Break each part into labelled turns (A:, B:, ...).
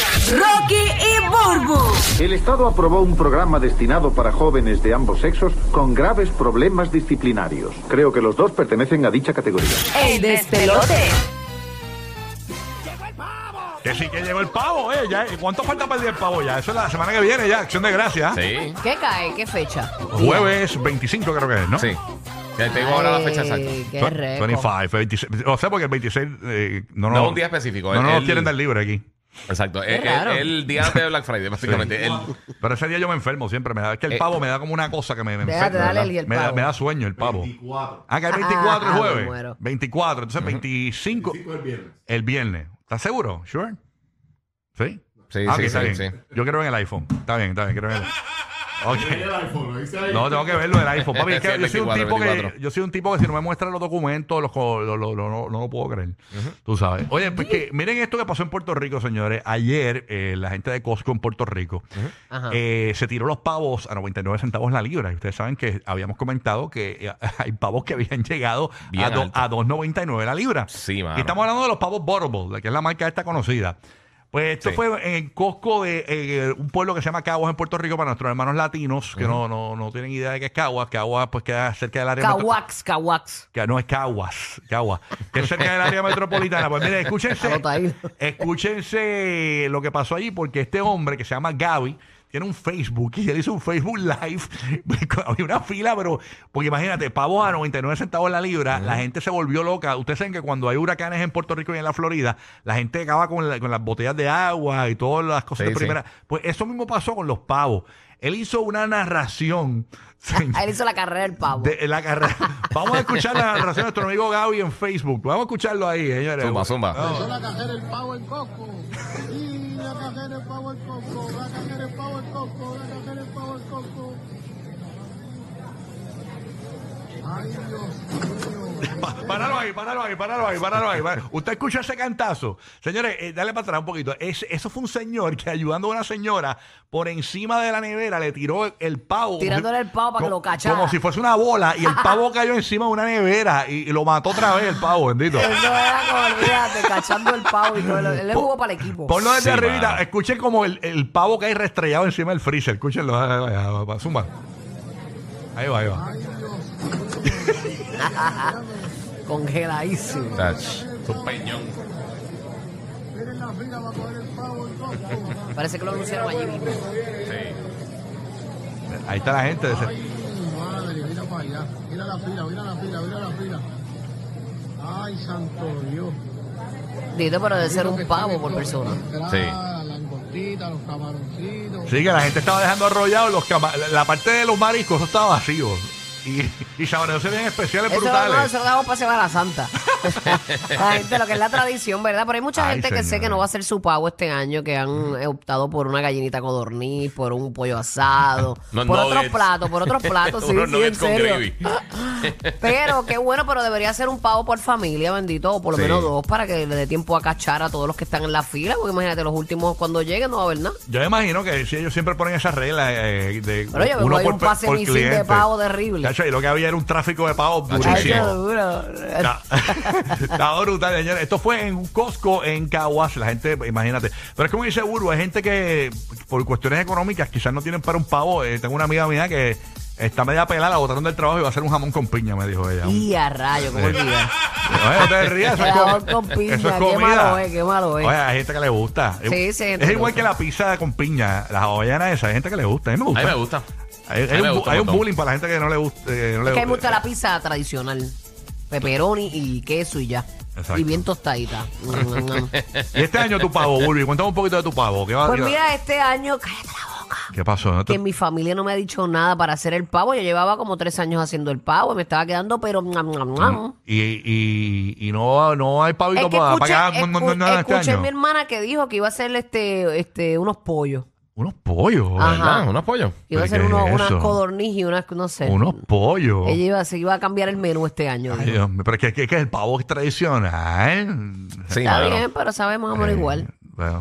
A: Rocky y Burbu.
B: El Estado aprobó un programa destinado para jóvenes de ambos sexos con graves problemas disciplinarios. Creo que los dos pertenecen a dicha categoría.
A: El despelote.
C: Que sí que llegó el pavo, eh. Ya, ¿Cuánto falta para el día del pavo ya? Eso es la semana que viene ya, acción de gracias.
D: Sí,
E: ¿Qué cae? ¿Qué fecha?
C: Jueves 25 creo que es, ¿no?
D: sí. Que tengo ahora la
E: eh.
D: fecha exacta.
E: Ay, Qué
C: Tw-
E: rico.
C: 25, 26. eh, O sea, porque el 26 eh, no,
D: No
C: nos-
D: es un día específico,
C: No
D: es
C: nos
D: el-
C: quieren dar libre aquí.
D: Exacto.
E: Qué
D: El,
E: raro. Ah,
D: el- el día antes de Black Friday, básicamente.
C: Sí.
D: El-
C: Pero ese día yo me enfermo siempre. Me da, es que el
D: Eh,
C: pavo me da como una cosa que me, me
E: Déjate
C: enferma,
E: darle
C: ¿verdad?
E: el- el
C: me, da,
E: pavo.
C: me da sueño el pavo.
F: 24.
C: Ah, que hay 24
E: Ah,
C: el
E: me
C: jueves.
E: muero.
C: 24. Entonces 25
F: 25 el viernes.
C: el viernes. ¿Estás seguro? ¿Sure? ¿Sí?
D: Sí,
C: Ah,
D: sí,
C: ok, está
D: sí,
C: bien.
D: sí.
C: Yo creo en el iPhone. Está bien, está bien. Creo en el
F: Ahí el
C: Ok.
F: iPhone, ahí está ahí.
C: No, tengo que verlo del iPhone. Papi, es que
D: Sí, el
C: yo, soy un
D: 24,
C: tipo que,
D: 24.
C: yo soy un tipo que si no me muestran los documentos, los, co- lo- lo- lo- no, no lo puedo creer. Tú sabes. Oye, pues que miren esto que pasó en Puerto Rico, señores. Ayer, eh, la gente de Costco en Puerto Rico
E: Ajá.
C: eh, se tiró los pavos a 99 centavos la libra. Y ustedes saben que habíamos comentado que eh, hay pavos que habían llegado
D: Bien
C: a, do-
D: alto.
C: a 2.99 la libra.
D: Sí, mano.
C: Y estamos hablando de los pavos Bottleball, que es la marca esta conocida. Pues esto
D: Sí.
C: fue en Costco de eh, un pueblo que se llama Caguas en Puerto Rico para nuestros hermanos latinos que no, no, no tienen idea de qué es Caguas. Caguas pues queda cerca del área metro-
E: Caguax, Caguax.
C: que no es Caguas, Caguas, que es cerca del área metropolitana. Pues mire, escúchense,
E: Anotadito.
C: escúchense lo que pasó allí, porque este hombre que se llama Gaby tiene un Facebook y él hizo un Facebook Live. Había una fila, pero, porque imagínate, pavos a 99 centavos la libra, la gente se volvió loca. Ustedes saben que cuando hay huracanes en Puerto Rico y en la Florida, la gente acaba con, la- con las botellas de agua y todas las cosas
D: Sí,
C: de
D: sí.
C: primera. Pues eso mismo pasó con los pavos. Él hizo una narración.
E: Él hizo la carrera del pavo.
C: De- la carrera. Vamos a escuchar la narración de nuestro amigo Gaby en Facebook. Vamos a escucharlo ahí, señores.
D: Zumba, zumba.
C: Vamos.
G: La cajera el pavo en coco. Y la cajera el pavo en coco. La cajera el pavo en coco. La cajera el pavo en coco. Ay, Dios mío.
C: Pa- Páralo ahí, páralo ahí, páralo ahí, páralo ahí. páralo. Usted escucha ese cantazo. Señores, eh, dale para atrás un poquito. Es- eso fue un señor que ayudando a una señora por encima de la nevera le tiró el, el pavo.
E: Tirándole el pavo para que
C: Co-
E: lo cachara.
C: Como si fuese una bola y el pavo cayó encima de una nevera y, y lo mató otra vez el pavo, bendito.
E: Eso era como, olvídate, cachando el pavo y todo. Él le jugó para el equipo.
C: Ponlo desde
D: Sí,
C: arribita.
D: mano.
C: Escuchen como el, el pavo que hay restrellado encima del freezer. Escúchenlo. Ah, ah, ah, ah, Zumba. Ahí va, ahí va.
E: Congeladísimo.
D: Tach, Es un peñón.
G: Miren la fila para coger el pavo en coco.
E: Parece que lo anunciaron allí mismo.
D: Sí.
C: Ahí está la gente. de ese-
G: Ay, madre, mira para allá. Mira la fila, mira la fila, mira la fila. Ay, santo Dios.
E: Dito, pero debe ser un pavo por persona.
G: Las
D: Sí.
G: langostitas, los camaroncitos.
C: Sí, que la gente estaba dejando arrollados los cama- la- La parte de los mariscos, eso estaba vacío. Y, y sabrosos bien especiales
E: Eso no, no,
D: eh.
C: brutales.
E: eso lo damos para Semana Santa. la gente, lo que es la tradición, ¿verdad? Pero hay mucha
C: Ay,
E: gente que sé
C: señores.
E: que no va a hacer su pavo este año, que han eh, optado por una gallinita codorniz, por un pollo asado,
D: Unos
E: por otros
D: nuggets.
E: platos, por otros platos, sí,
D: Unos
E: sí, en
D: nuggets con
E: serio.
D: gravy.
E: Pero qué bueno, pero debería ser un pavo por familia, bendito, o por lo
D: Sí.
E: menos dos, para que le dé tiempo a cachar a todos los que están en la fila, porque imagínate, los últimos cuando lleguen no va a haber nada.
C: Yo me imagino que si ellos siempre ponen esas reglas eh, de
E: Pero oye, hay un
C: pe-
E: pase misil de
C: cliente.
E: pavo terrible.
C: Chacho, y lo que había era un tráfico de pavos
D: Chacho,
E: Ay,
D: sí.
E: qué
C: durísimo.
E: duro.
C: Está- Estaba brutal, señores. Esto fue en un Costco en Caguas. La gente, imagínate. Pero es como dice Burbu, hay gente que por cuestiones económicas quizás no tienen para un pavo. Eh, tengo una amiga mía que está media pelada, la botaron del trabajo y va a hacer un jamón con piña, me dijo ella.
E: Y a rayo,
C: Sí.
E: cómo olvidar.
C: Oye, no te rías, eso es, com-
E: Jamón con piña,
C: eso es
E: qué
C: comida.
E: malo es, qué malo es.
C: Oye, hay gente que le gusta.
E: Sí, sí, hay gente
C: es
E: que
C: igual
E: le
C: que la pizza con piña, la hawaiana esa, hay gente que le gusta. A mí me
D: A
C: gusta.
D: mí me gusta.
C: Hay, hay
D: A mí me
C: un, bu-
D: gusta
C: hay
D: un
C: un
D: montón.
C: bullying para la gente que no le gusta. eh, no le
E: Es que hay
C: gusta.
E: mucha la pizza tradicional. Pepperoni y queso y ya.
C: Exacto.
E: Y bien tostadita. Mm, mm, mm.
C: Y este año tu pavo, Burby, cuéntame un poquito de tu pavo. ¿Qué, va-
E: pues
C: qué-
E: mira, este año, cállate la boca.
C: qué pasó? ¿No te-
E: Que mi familia no me ha dicho nada para hacer el pavo. Yo llevaba como tres años haciendo el pavo y me estaba quedando, pero. mm, ñam, ñam, ñam.
C: Mm, Y, y, y no, no hay pavito
E: Es que
C: para
E: escuché,
C: pagar
E: escu-
C: no, no, nada este
E: escuché a
C: año.
E: mi hermana que dijo que iba a hacer este, este, unos pollos.
C: Unos pollos,
E: Ajá.
C: ¿verdad?
D: Ah, unos pollos.
E: Que iba
C: ¿Pero
E: a hacer
C: qué
E: unos,
C: es
E: unas
C: eso?
E: codorniz y unas, no sé.
C: Unos pollos.
E: Ella iba, se iba a cambiar el menú este año.
C: Ay,
E: dijo.
C: Dios mío, pero que, que, que el pavo es tradicional.
D: Sí,
E: Está
D: mano.
E: bien, pero sabe más o menos
C: Eh,
E: igual.
D: Más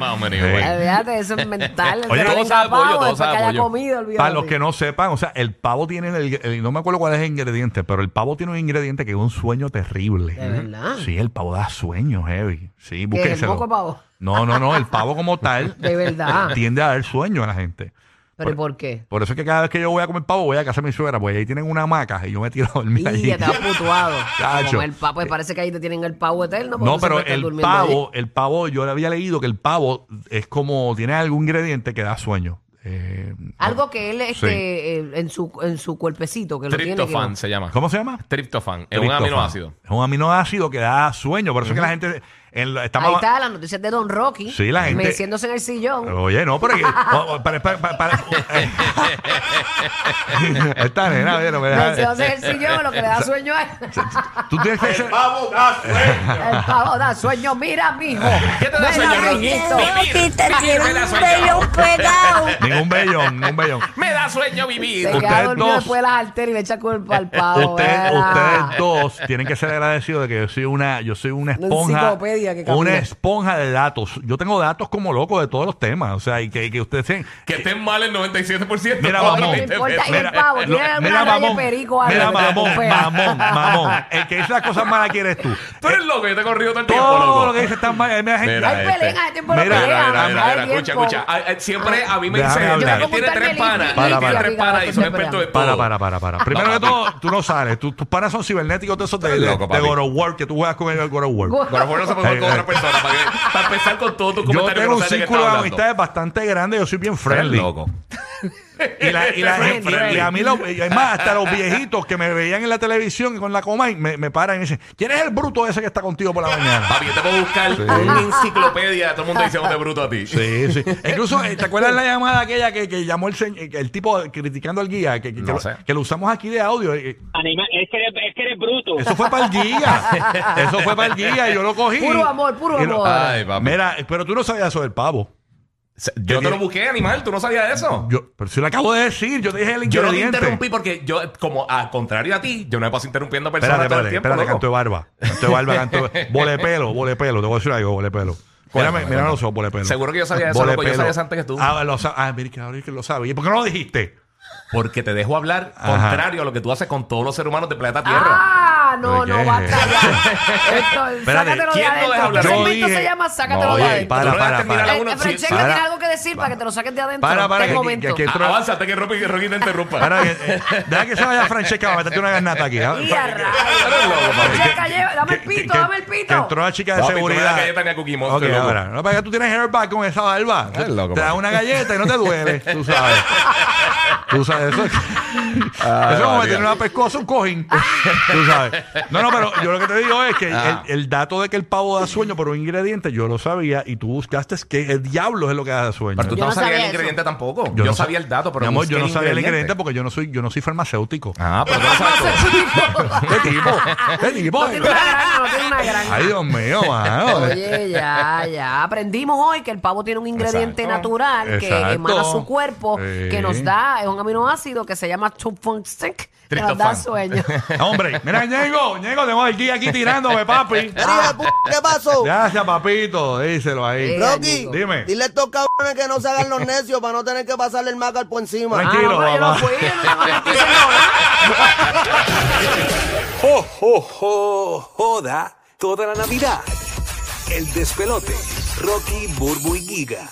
D: o menos
C: Sí.
D: igual.
E: Fíjate, eso es mental.
C: Oye,
E: Eso
C: todo
E: es
D: sabe
E: capaz,
D: pollo, todo
E: después
D: sabe
E: que haya
D: pollo.
E: comido, olvídate.
C: Para los que no sepan, o sea, el pavo tiene el, el- no me acuerdo cuál es el ingrediente, pero el pavo tiene un ingrediente que es un sueño terrible.
E: ¿De verdad?
C: Sí, el pavo da sueño, heavy. Sí,
E: ¿Qué, el
C: búsquenselo.
E: moco pavo?
C: No, no, no, el pavo como tal
E: De verdad.
C: tiende a dar sueño a la gente.
E: ¿Pero ¿y por qué?
C: Por eso es que cada vez que yo voy a comer pavo, voy a casa de mi suegra, pues ahí tienen una hamaca y yo me tiro a dormir
E: Y
C: allí.
E: ya te vas putuado.
C: Chacho.
E: Como el pavo, pues parece que ahí te tienen el pavo eterno. porque
C: No,
E: tú siempre
C: pero
E: estás
C: el
E: durmiendo allí.
C: pavo, el pavo, yo le había leído que el pavo es como, tiene algún ingrediente que da sueño. Eh,
E: Algo que él este,
C: Sí.
E: eh, en, su, en su cuerpecito, que lo tiene. que-
D: Triptofan se llama.
C: ¿Cómo se llama?
D: Triptofan. Es un
C: Triptófano.
D: aminoácido.
C: Es un aminoácido que da sueño. Por eso es que la gente. en lo- estamos-
E: Ahí está las noticias de Don Rocky.
C: Sí, la gente-
E: Meciéndose en el sillón.
C: Oye, no, pero. que- o- o- para- para- para- para- Esta nena, oye, no me deja-
E: Meciéndose en el
C: eh,
E: sillón, lo que le da sueño es.
C: Tú tienes que ser.
E: El pavo da sueño, mira, mijo.
D: ¿Qué te da
E: Ven
D: sueño,
E: acá,
D: Rocky?
E: hijito.
A: Tengo que te tiene
D: me la
A: un
D: soñaba.
A: vellón pegado.
C: Ningún vellón, ningún vellón.
D: Me da sueño vivir.
E: Se queda
C: Ustedes
E: dormido
C: dos-
E: después de las arterias y le echa culpa al pavo.
C: Ustedes,
E: ¿verdad?
C: ustedes dos tienen que ser agradecidos de que yo soy una, yo soy una
E: Una
C: esponja.
E: enciclopedia que camina.
C: una esponja de datos. Yo tengo datos como loco de todos los temas. O sea, y que, que ustedes sean-
D: Que estén mal el 97%.
C: Mira,
D: Ahora
C: mamón. eh,
D: me
E: No importa,
D: interesa.
E: el pavo, tiene una raya de perico o algo
C: mira,
E: que te
C: mamón,
E: confea.
C: mamón, mamón. El que dice las cosas malas que eres tú.
D: Tú eres loco, yo te he corrido todo el tiempo,
C: Todo lo
D: loco.
C: que dice está mal. Hay mucha gente-
D: Mira,
E: Hay peleas,
D: este.
E: hay tiempo de
C: Mira,
E: pelea,
D: Mira, mira,
E: hay
D: mira, mira, escucha,
E: tiempo.
D: escucha. Ay, ay, Siempre a mí me
C: Déjame
D: dicen,
C: hablar.
D: él tiene tres
E: Yo voy a
D: panas,
E: contarme
D: él
C: limpio,
D: tiene tres
E: limpio,
D: panas y son
E: limpio,
D: expertos de todo.
C: Para, para, para, para. Primero que todo, tú no sales. Tú- tus panas son cibernéticos de esos de,
D: Estás
C: de,
D: loco,
C: de
D: papi.
C: God of War, que tú juegas con ellos al God of War.
E: Gu-
D: Pero bueno, no se puede jugar con otra persona para, que- para empezar con todos tus
C: Yo
D: comentarios.
C: tengo un
D: que no sabes qué
C: círculo de
D: estás hablando.
C: amistades bastante grande, yo soy bien friendly.
D: Eres loco.
C: Y, la- y la
D: Friendly,
C: gente-
D: friendly.
C: y a mí, lo- y es más, hasta los viejitos que me veían en la televisión con la coma, y me, me paran y me dicen: ¿Quién es el bruto ese que está contigo por la mañana?
D: Papi, yo te puedo buscar una enciclopedia. Todo el mundo dice, "Oh, de bruto a ti.
C: Sí, sí. Incluso, eh, ¿te acuerdas la llamada aquella que, que llamó el, señ- eh, el tipo criticando al guía? Que, que, que
D: No
C: lo,
D: sé.
C: que lo usamos aquí de audio. eh, eh,
F: Anima- es, que eres, es que eres bruto.
C: Eso fue para el guía. Eso fue para el guía. y Yo lo cogí.
E: Puro amor, puro
C: Y lo-
E: amor.
D: Ay, papi.
C: Mira, eh, pero tú no sabías eso del pavo.
D: Se- Yo te lo busqué, animal. Tú no sabías de eso.
C: Yo, pero si lo acabo de decir, yo te dije el
D: Yo no te
C: ingrediente.
D: interrumpí porque yo, como al contrario a ti, yo no me paso interrumpiendo a personas
C: Espérate,
D: todo el
C: espérate,
D: tiempo.
C: espérate,
D: loco.
C: canto de barba. Canto de barba, canto de... Bolepelo, bolepelo. Te voy a decir algo, bolepelo.
D: Cuéntame,
C: Mírame, mírame
D: cuéntame.
C: los ojos, bolepelo.
D: Seguro que yo sabía eso, loco, yo sabía eso antes que tú.
C: Ah, lo sa- ah, mira, que ahora es que lo sabía. ¿Por qué no lo dijiste?
D: Porque te dejo hablar
C: Ajá.
D: contrario a lo que tú haces con todos los seres humanos del planeta Tierra.
E: Ah,
C: ¿Pero
E: no,
C: qué
E: no,
C: es
E: basta ya. Esto,
C: Espérate,
E: sácatelo de
D: ¿quién no deja
E: adentro.
D: hablar?
E: Este
D: Yo
E: segmento se
C: dije-
E: llama Sácatelo
C: No,
E: de
C: oye,
E: adentro.
C: para,
D: Tú no dejas
C: para,
D: terminar
C: para.
D: a uno.
E: Eh, eh, Francesca,
D: Sí,
C: para.
E: tiene algo que decir para que te lo saquen de adentro.
C: Para, para,
E: Ten
C: que-
E: momento.
C: que- que-
D: Ah, Avánzate que Rocky, Rocky te interrumpa.
C: Ahora, eh, eh, deja que se vaya Francesca, va a meterte una garnata aquí. ¿ah?
E: Y a rayos.
D: Eres loco, papi.
E: Francesca, lleva- dame el
C: Que- que-
E: pito,
C: que-
E: dame el
C: Que
E: pito.
C: entró la chica de
D: Papi, tú me das
C: seguridad.
D: galleta ni a Cookie Monster,
C: Ok,
D: loco.
C: ahora. No, para que tú tienes hairback con esa barba.
D: Estás loco,
C: te da
D: papi.
C: una galleta y no te duele, tú sabes. tú sabes, eso es... eso es como
D: María.
C: meter una pescosa un cojín. tú sabes. No, no, pero yo lo que te digo es que
D: Ah.
C: el, el dato de que el pavo da sueño por un ingrediente, yo lo sabía y tú buscaste que el diablo es lo que da sueño.
D: Pero tú
E: Yo
D: no
E: no
D: sabías
E: sabía
D: el
E: eso.
D: ingrediente tampoco. Yo,
C: no
D: sabía
C: sab-
D: el dato, pero
C: Mi amor,
D: busqué
C: yo no sabía el ingrediente porque yo no soy, yo no soy farmacéutico.
D: Ah, pero tú no sabes todo.
C: ¿Qué tipo? ¿Qué tipo?
E: No tiene una granja, no tiene una granja.
C: Ay, Dios mío, mano.
E: Oye, ya, ya. Aprendimos hoy que el pavo tiene un ingrediente
D: Exacto.
E: natural
C: Exacto.
E: que emana su cuerpo,
C: Sí.
E: que nos da, es un aminoácido que se llama tryptofan, que nos da
D: Triptofan.
E: sueño.
C: Hombre, mira, Ñengo, Ñengo, tengo el guía aquí tirándome, papi.
H: Ariel, pu- ¿Qué pasó?
C: Gracias, papito, díselo ahí.
E: Mira,
H: Rocky,
E: Ñengo.
C: Dime.
H: dile a estos cabrones que no se hagan los necios para no tener que pasarle el macal por encima.
E: Ah,
C: Tranquilo,
E: no, pero yo no
C: papá.
E: fui, yo no me metí en nada.
I: ¡Jo, jo, jo! Joda toda la Navidad. El despelote. Rocky, Burbu y Giga.